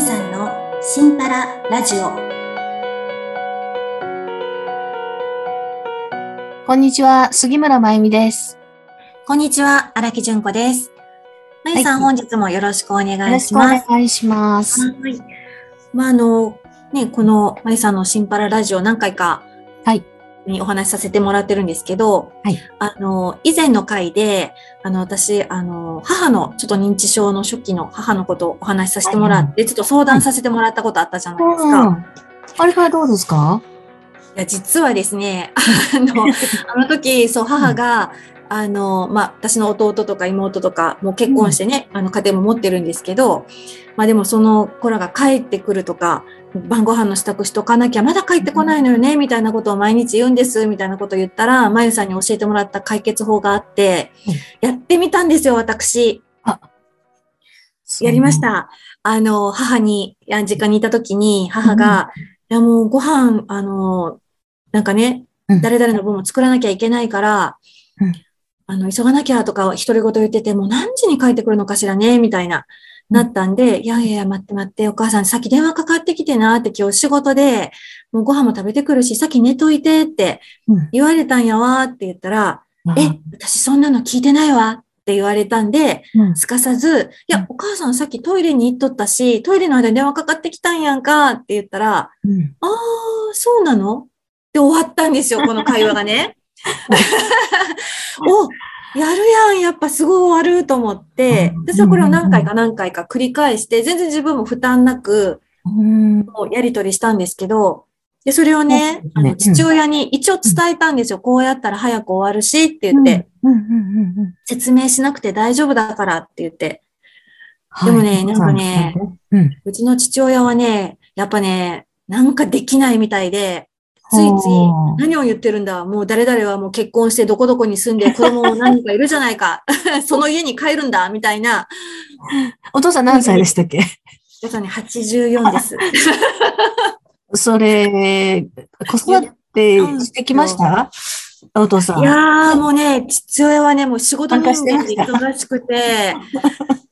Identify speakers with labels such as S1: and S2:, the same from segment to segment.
S1: さんのシンパララジオ。
S2: こんにちは、杉村まゆみです。
S1: こんにちは、荒木純子です。まゆさん、
S2: はい
S1: 本日もよろしくお願
S2: よろ
S1: い
S2: し
S1: し
S2: くお
S1: ます。
S2: 願いします。
S1: はい。まあ、あの、ね、このまゆさんのシンパララジオ何回か、
S2: はい
S1: にお話しさせてもらってるんですけど、
S2: はい
S1: あの、以前の回で、あの、私、あの、母の、ちょっと認知症の初期の母のことをお話しさせてもらって、ちょっと相談させてもらったことあったじゃないですか。
S2: うんあれからどうですか
S1: いや、実はですね、 あの、あの時、そう、母が、あの、まあ、私の弟とか妹とか、もう結婚してね、あの、家庭も持ってるんですけど、まあ、でもその子らが帰ってくるとか、晩ご飯の支度しとかなきゃ、まだ帰ってこないのよね、みたいなことを毎日言うんです、みたいなことを言ったら、まゆさんに教えてもらった解決法があって、やってみたんですよ、私。やりまし。た。あの、母に、いや実家にいた時に、母が、いやもうご飯、あの、なんかね
S2: うん、
S1: 誰々の分も作らなきゃいけないから、
S2: うん
S1: あの、急がなきゃとか、独り言言ってて、もう何時に帰ってくるのかしらね、みたいな、
S2: うん
S1: なったんで、いやいやいや、待って待って、お母さん、さっき電話かかってきてなって、今日仕事で、もうご飯も食べてくるし、さっき寝といてって
S2: うん
S1: 言われたんやわって言ったら、え、私そんなの聞いてないわって言われたんで、
S2: うん
S1: すかさず、いうや
S2: ん、
S1: お母さんさっきトイレに行っとったし、トイレの間に電話かかってきたんやんかって言ったら、
S2: うん
S1: あー、そうなのって終わったんですよ、この会話が ね。お、やるやん、やっぱすごい終わると思って
S2: うん、
S1: 私はこれを何回か何回か繰り返して、全然自分も負担なく、
S2: うん
S1: もうやり取りしたんですけど、で、それをね
S2: そう、です
S1: あ
S2: ね
S1: の
S2: うん
S1: 父親に一応伝えたんですよ。こうやったら早く終わるしって言って、
S2: うんうんうんうん
S1: 説明しなくて大丈夫だからって言って、
S2: はい
S1: でもねなんかね、
S2: うん
S1: うちの父親はね、やっぱね、なんかできないみたいで、ついつい
S2: ほう
S1: 何を言ってるんだ、もう誰々はもう結婚してどこどこに住んで子供も何人かいるじゃないか、 その家に帰るんだ、みたいな。
S2: お父さん何歳でしたっけ
S1: だからね、84です。
S2: それ、子育てしてきましたお父さん。
S1: いやーもうね、父親はね、もう仕事人間で
S2: 参加して
S1: 忙しくて、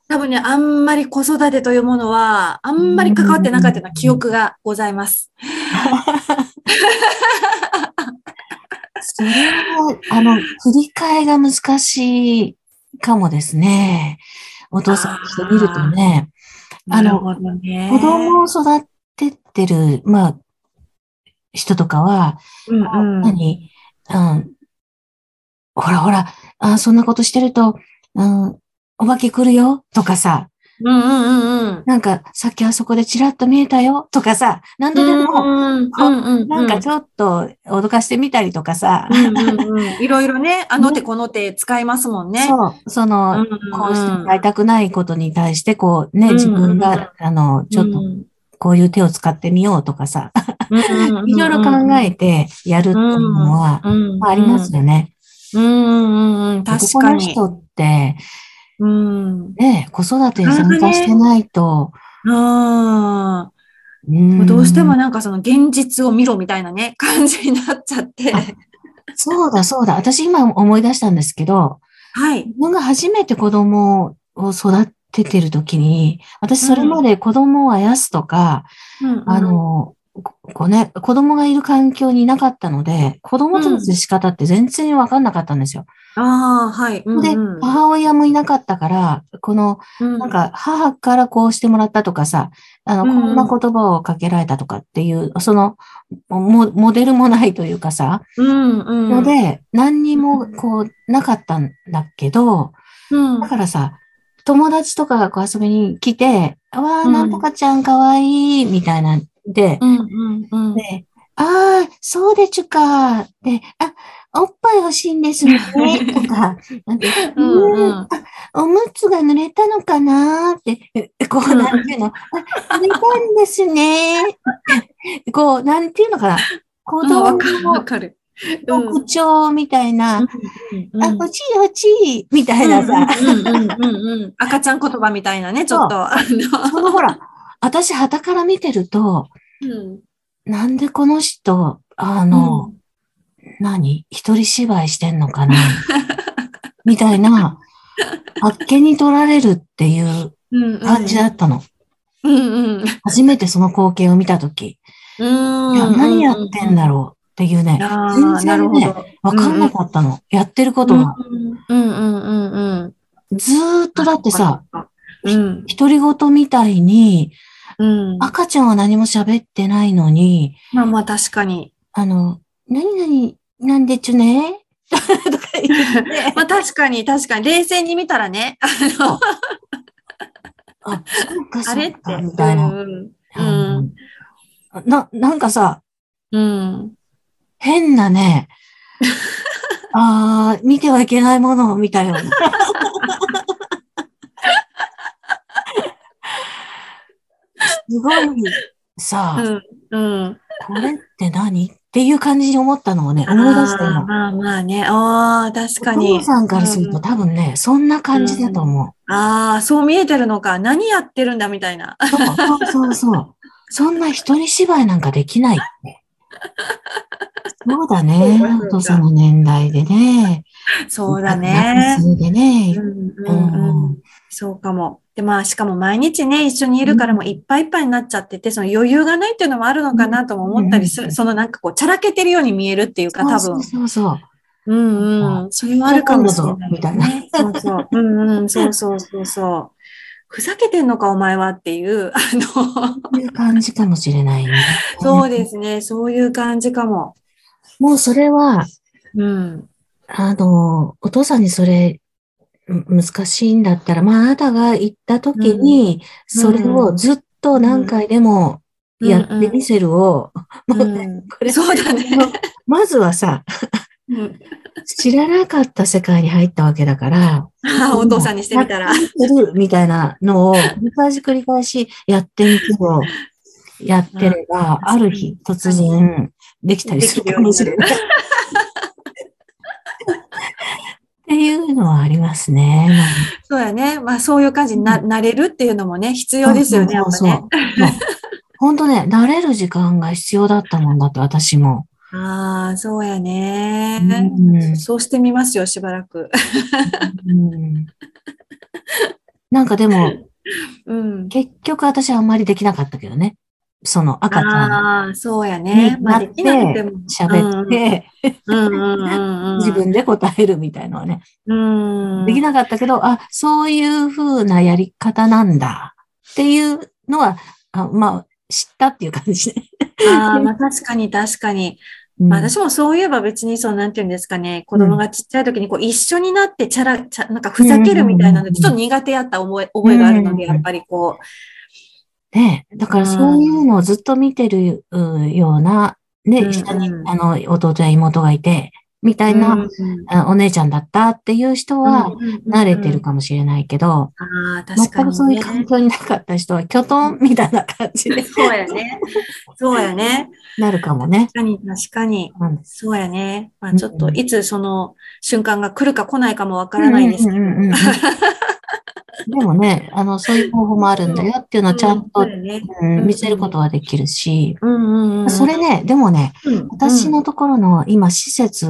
S1: 多分ね、あんまり子育てというものは、あんまり関わってなかったような記憶がございます。
S2: それは、あの、振り替えが難しいかもですね。お父さんとして見るとね。あの
S1: ほどね
S2: 子供を育ててる、まあ、人とかは、
S1: うんうん、
S2: 何、うん、ほらほら、あそんなことしてると、うん、お化け来るよとかさ、
S1: うんうんうんうん。
S2: なんかさっきあそこでちらっと見えたよとかさ、何度でも、
S1: も
S2: なんかちょっと脅かしてみたりとかさ、
S1: いろいろね、あの手この手使いますもんね。
S2: そう、その、
S1: うんうん
S2: こうしてもらいたくないことに対して、こうね、
S1: うん
S2: 自分
S1: うんうん
S2: が、あの、ちょっ
S1: う
S2: と
S1: ん
S2: こういう手を使ってみようとかさ、
S1: うんうん
S2: いろいろ考えてやるっていうのは、
S1: うん
S2: まあ、ありますよね。
S1: うんうんうんうん、確かに。
S2: ここの人って、
S1: うん。
S2: ね、子育てに参加してないと、
S1: あ
S2: う
S1: あ、
S2: ん
S1: どうしてもなんかその現実を見ろみたいなね、 感じになっちゃって。
S2: あそうだそうだ。私今思い出したんですけど、
S1: はい。
S2: 自分が初めて子供を育ててる時に、私それまで子供をあやすとか、あ、の、ここうね、子供がいる環境にいなかったので、子供との接し方って全然わかんなかったんですよ。
S1: ああ、はい。うん
S2: で、母親もいなかったから、この、
S1: うん
S2: なん、か、母からこうしてもらったとかさ、あの、
S1: うん
S2: こんな言葉をかけられたとかっていう、その、モモデルもないというかさ、
S1: うんうん。
S2: ので、何にもこう、なかったんだけど、
S1: うん、
S2: だからさ、友達とかがこう遊びに来て、わ
S1: う
S2: ー、
S1: ん
S2: なんとかちゃんかわいい、みたいなんで、
S1: うんうんうん。
S2: で、ああ、そうでちゅか、で、あ、おっぱい欲しいんですね、とか、なんて
S1: うんうん
S2: うんおむつが濡れたのかなーって、えこう、
S1: うん
S2: な んていうの、あ、濡れたんですね ー。こう、なんていうのかな、子
S1: うんわ
S2: 供
S1: かるわ
S2: の
S1: かる。
S2: 特徴みたいな、あ、
S1: うん
S2: 欲しい欲しいみたいなさ、
S1: うんうんうんうんうん赤ちゃん言葉みたいなね、ちょっと。あの
S2: そのほら、私、旗から見てると、
S1: うん
S2: なんでこの人、あの、何一人芝居してんのかな みたいな、あっけに取られるっていう
S1: うんうん
S2: 感じだったの。
S1: うんうん。
S2: 初めてその光景を見たとき、
S1: う
S2: いや、
S1: ん。
S2: 何やってんだろうっていうね、
S1: あーなる
S2: 全然
S1: ほ
S2: ね、
S1: ど。
S2: わかんなかったの。やってることが。
S1: うんうんうんうん。
S2: ずーっとだってさ、、
S1: うん。
S2: 独り言みたいに、
S1: うん。
S2: 赤ちゃんは何も喋ってないのに、
S1: まあまあ確か に。
S2: あの、何々、なんでちゅねとか言って、
S1: まあ確かに確かに。冷静に見たらね。あの
S2: あ、そう か、
S1: あ
S2: そ
S1: れ
S2: う
S1: って。
S2: か、みたいな。
S1: うん
S2: うんな、なんかさ、
S1: うん。
S2: 変 なね、あー、見てはいけないものを見たような。すごい、さあ、
S1: うん。うん。
S2: これって何っていう感じに思ったのをね、
S1: あ
S2: 思い出した
S1: ー
S2: の。
S1: まあまあね。ああ、確
S2: お
S1: かに。
S2: 父さんからする
S1: うん
S2: と多分ね、そんな感じだと思
S1: ああ、そう見えてるのか。何やってるんだみたいな。
S2: う。そうそうそうそう。そんな一人芝居なんかできないって。 そうだね
S1: そうかそう、か
S2: お父さんの年代でね。
S1: そうだ
S2: 学
S1: ね。
S2: 生で
S1: う
S2: ね。
S1: んうんうん。そうかも。で、まあ、しかも毎日ね、一緒にいるからもういっぱいいっぱいになっちゃってて、その余裕がないっていうのもあるのかなとも思ったりす
S2: うんうんう
S1: る。
S2: ん
S1: そのなんかこう、ちゃらけてるように見えるっていうか、多
S2: そう
S1: 分。
S2: そうそう。
S1: うんうん。それはあるかもしれない、ね。
S2: ふざけん
S1: そ
S2: だぞ
S1: うそう。うんうん。そうそうそうそう。ふざけてんのか、お前はっていう。 あの、
S2: そういう感じかもしれないね。
S1: そうですね。そういう感じかも。
S2: もうそれは、
S1: うん。
S2: あの、お父さんにそれ、む難しいんだったら、まあ、あなたが行った時に、
S1: うん
S2: それをずっと何回でもやってみせるを、もうね
S1: うん
S2: これ
S1: そうだね。
S2: まずはさ、
S1: うん
S2: 知らなかった世界に入ったわけだから、
S1: あ あ、お父さんにしてみたら。
S2: するみたいなのを、繰り返し繰り返しやってみてをやってれば、
S1: うん
S2: ある日突然できたりするかもしれない。っていうのはありますね。
S1: そうやね。まあそういう感じにな,、なれるっていうのもね、 必要ですよね、やっぱね。
S2: 本当ね、慣れる時間が必要だったもんだって、私も。
S1: ああ、そうやね、
S2: うん
S1: そうしてみますよ、しばらく。
S2: うんなんかでも、
S1: うん。
S2: 結局私はあんまりできなかったけどね。その赤ちゃんが
S1: ああ、そうやね。まあできなくても。
S2: 喋って、
S1: うんうんうんうん、
S2: 自分で答えるみたいのはね。
S1: うん。
S2: できなかったけど、あ、そういう風なやり方なんだっていうのは、あまあ、知ったっていう感じね。
S1: ああ、まあ確かに確かに。まあ私もそういえば別にそう、なんていうんですかね、子供がちっちゃい時にこう一緒になってチャラ、チャなんかふざけるみたいなので、ちょっと苦手やった覚え覚えがあるので、やっぱりこ
S2: ね、だからそういうのをずっと見てるうような、
S1: う
S2: ね、
S1: ん
S2: 下に
S1: う、ん
S2: あの、弟や妹がいて、み
S1: う。
S2: たいな、あお姉ちゃんだったっていう人は、慣れてる
S1: か
S2: かもしれないけど、
S1: ああ、確かに、
S2: 全く
S1: ね。
S2: そういう環境になかった人は、きょとんみたいな感 じに
S1: そうやね。そうやね。
S2: なるかもね。
S1: 確かに、確かに。
S2: うん
S1: そうやね。ま
S2: う
S1: あ、
S2: ん
S1: ちょっと、いつその瞬間が来るか来ないかもわからないですけど。
S2: うんうんうんうんうんでもね、あの、そういう方法もあるんだよっていうのをちゃんと、
S1: そうやね
S2: うん見せることはできるし、
S1: うんうんうん。
S2: それね、でもね、
S1: うん、うん
S2: 私のところの今施設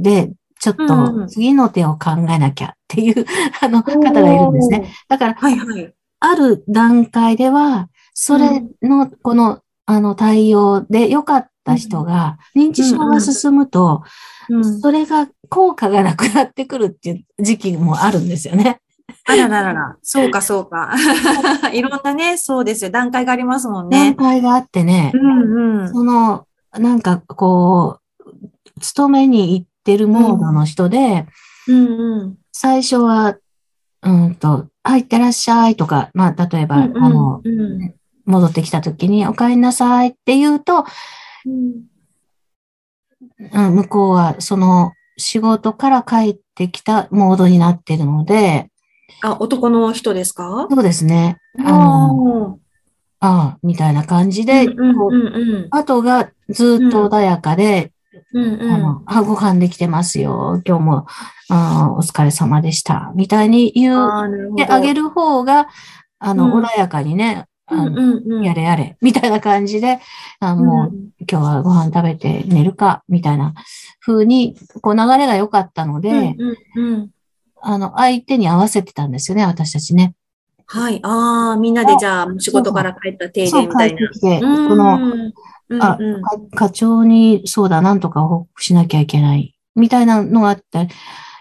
S2: で、ちょっ
S1: うんう
S2: と
S1: ん
S2: 次の手を考えなきゃっていう、 あの、方がいるんですね。。だから、
S1: はいはい。
S2: ある段階では、それの、この、あの、対応で良かった人が、認知症が進むと、
S1: うん、
S2: それが効果がなくなってくるっていう時期もあるんですよね。
S1: あらららら。そうかそうか。 いろんなね、そうですよ。段階がありますもん
S2: 段
S1: ね。
S2: 階があってね
S1: う、んうん。
S2: その、なんかこう、勤めに行ってるモードの人で、
S1: うんうん。
S2: 最初は、うんと、あ、行ってらっしゃいとか、まあ、例えば、
S1: うんうん
S2: あの、
S1: うん
S2: 戻ってきた時に、お帰りなさいって言うと、
S1: うん
S2: うん、向こうはその仕事から帰ってきたモードになってるので、
S1: あ、男の人ですか
S2: そうですね。あの、
S1: あ
S2: ああ、みたいな感じで、
S1: ーうん
S2: こ
S1: う
S2: うん
S1: うん
S2: 後がずっと穏やかで、
S1: うんうん
S2: あの、あ、ご飯できてますよ。今日も、あーお疲れ様でした。みたいに言う
S1: あーなるほ
S2: で
S1: ど
S2: あげる方が、あの、
S1: うん
S2: 穏やかにね、あ
S1: うん
S2: の、
S1: うんうん、
S2: やれやれ、みたいな感じで、あもう、
S1: う
S2: 今日はご飯食べて寝るか、みたいな風に、こう流れが良かったので、
S1: んうんうんうん
S2: あの、相手に合わせてたんですよね、私たちね。
S1: はい。ああ、みんなでじゃあ、仕事から帰った定
S2: そ
S1: 例
S2: う、
S1: みた
S2: 帰
S1: い
S2: って
S1: な。
S2: きて、こ
S1: うん
S2: の、
S1: うん
S2: あ
S1: うん
S2: か課長に、そうだ、なんとか報告しなきゃいけない、みたいなのがあって、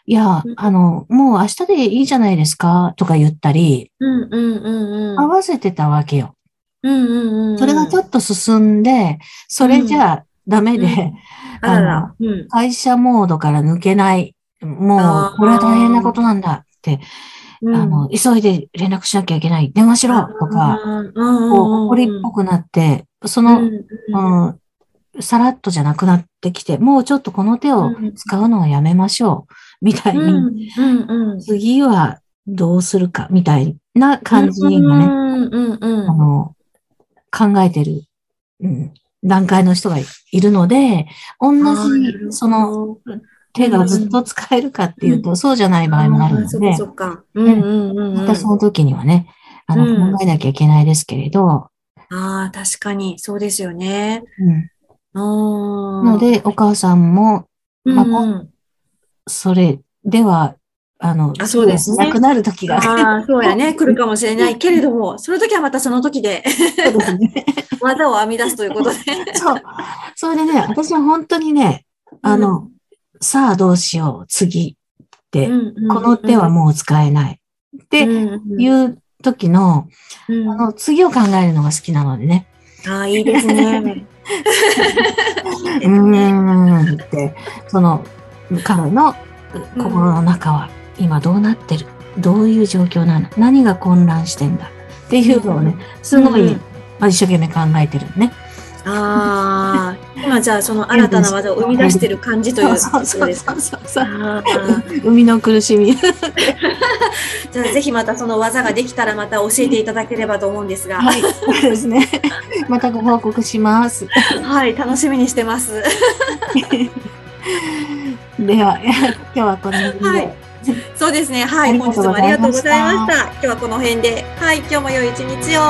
S2: いや
S1: うん、
S2: あの、もう明日でいいじゃないですか、とか言ったり、
S1: うんうんうんうん
S2: 合わせてたわけよ。
S1: うんうんうん。
S2: それがちょ
S1: と、
S2: っと進んで、それじゃあダメで、
S1: うんあらら。うん。
S2: 会社モードから抜けない。も
S1: あ
S2: う、
S1: ー
S2: これは大変なことなんだって、
S1: うん
S2: あの、急いで連絡しなきゃいけない。電話しろとか、、こう、怒りっぽ
S1: く
S2: くなって、そ
S1: の、
S2: の、
S1: うん
S2: うん、さらっとじゃなくなってきて、もうちょっとこの手を使うのはやめましょう。みたい
S1: うん
S2: に、
S1: うんうんうん
S2: 次はどうするか、みたいな感じに今ね、
S1: うんうんうん
S2: あの、考えてる、うん、段階の人がいるので、同
S1: あーなるほど
S2: じ、その、手がずっと使えるかっていうと、そうじゃない場合もある
S1: ー
S2: の
S1: そ
S2: で
S1: っか、そっか。うんうんうんう
S2: ま
S1: ん。
S2: たその時にはね、あ
S1: うん
S2: の、考えなきゃいけないですけれど、
S1: ああ、確かに、そうですよね。
S2: うん
S1: の
S2: の、で、お母さんも、
S1: うん
S2: ま
S1: うん
S2: それでは、あの、
S1: あそうですね
S2: なくなる時が
S1: あ
S2: あ
S1: あ、そうや ね。来るかもしれないけれども、その時はまたその時で
S2: るんですね。
S1: 技を編み出すということで。
S2: そう。それでね、私は本当にね、 あの、さあどうしよう、次って、この手はもう使えない。ってい
S1: 言う
S2: う時の、
S1: ん。
S2: あの、次を考えるのが好きなのでね。
S1: ああ、いいです ね。
S2: うーんって、その、彼の
S1: うん
S2: 心の中は今どうなってるどういう状況なの何が混乱してんだっていうのをね、すごい、
S1: うん
S2: まあ、一生懸命考えてるのね。
S1: ああ、今じゃあその新たな技を生み出してる感じというこ
S2: そうそ
S1: と
S2: う
S1: です
S2: そ
S1: か
S2: う。そうそう。
S1: ああ
S2: 生みの苦しみ。
S1: じゃあぜひまたその技ができたらまた教えていただければと思うんですが、
S2: はい。そうですね。またご報告し ます。
S1: はい、楽しみにしてます。
S2: では、今日はこの辺で。
S1: はいそうですね。は
S2: あ
S1: い。
S2: り
S1: 本
S2: が
S1: 日
S2: とう
S1: もあ
S2: ござ
S1: り
S2: い
S1: がとう
S2: ました
S1: ございました。今日はこの辺で。はい。今日も良い一日を。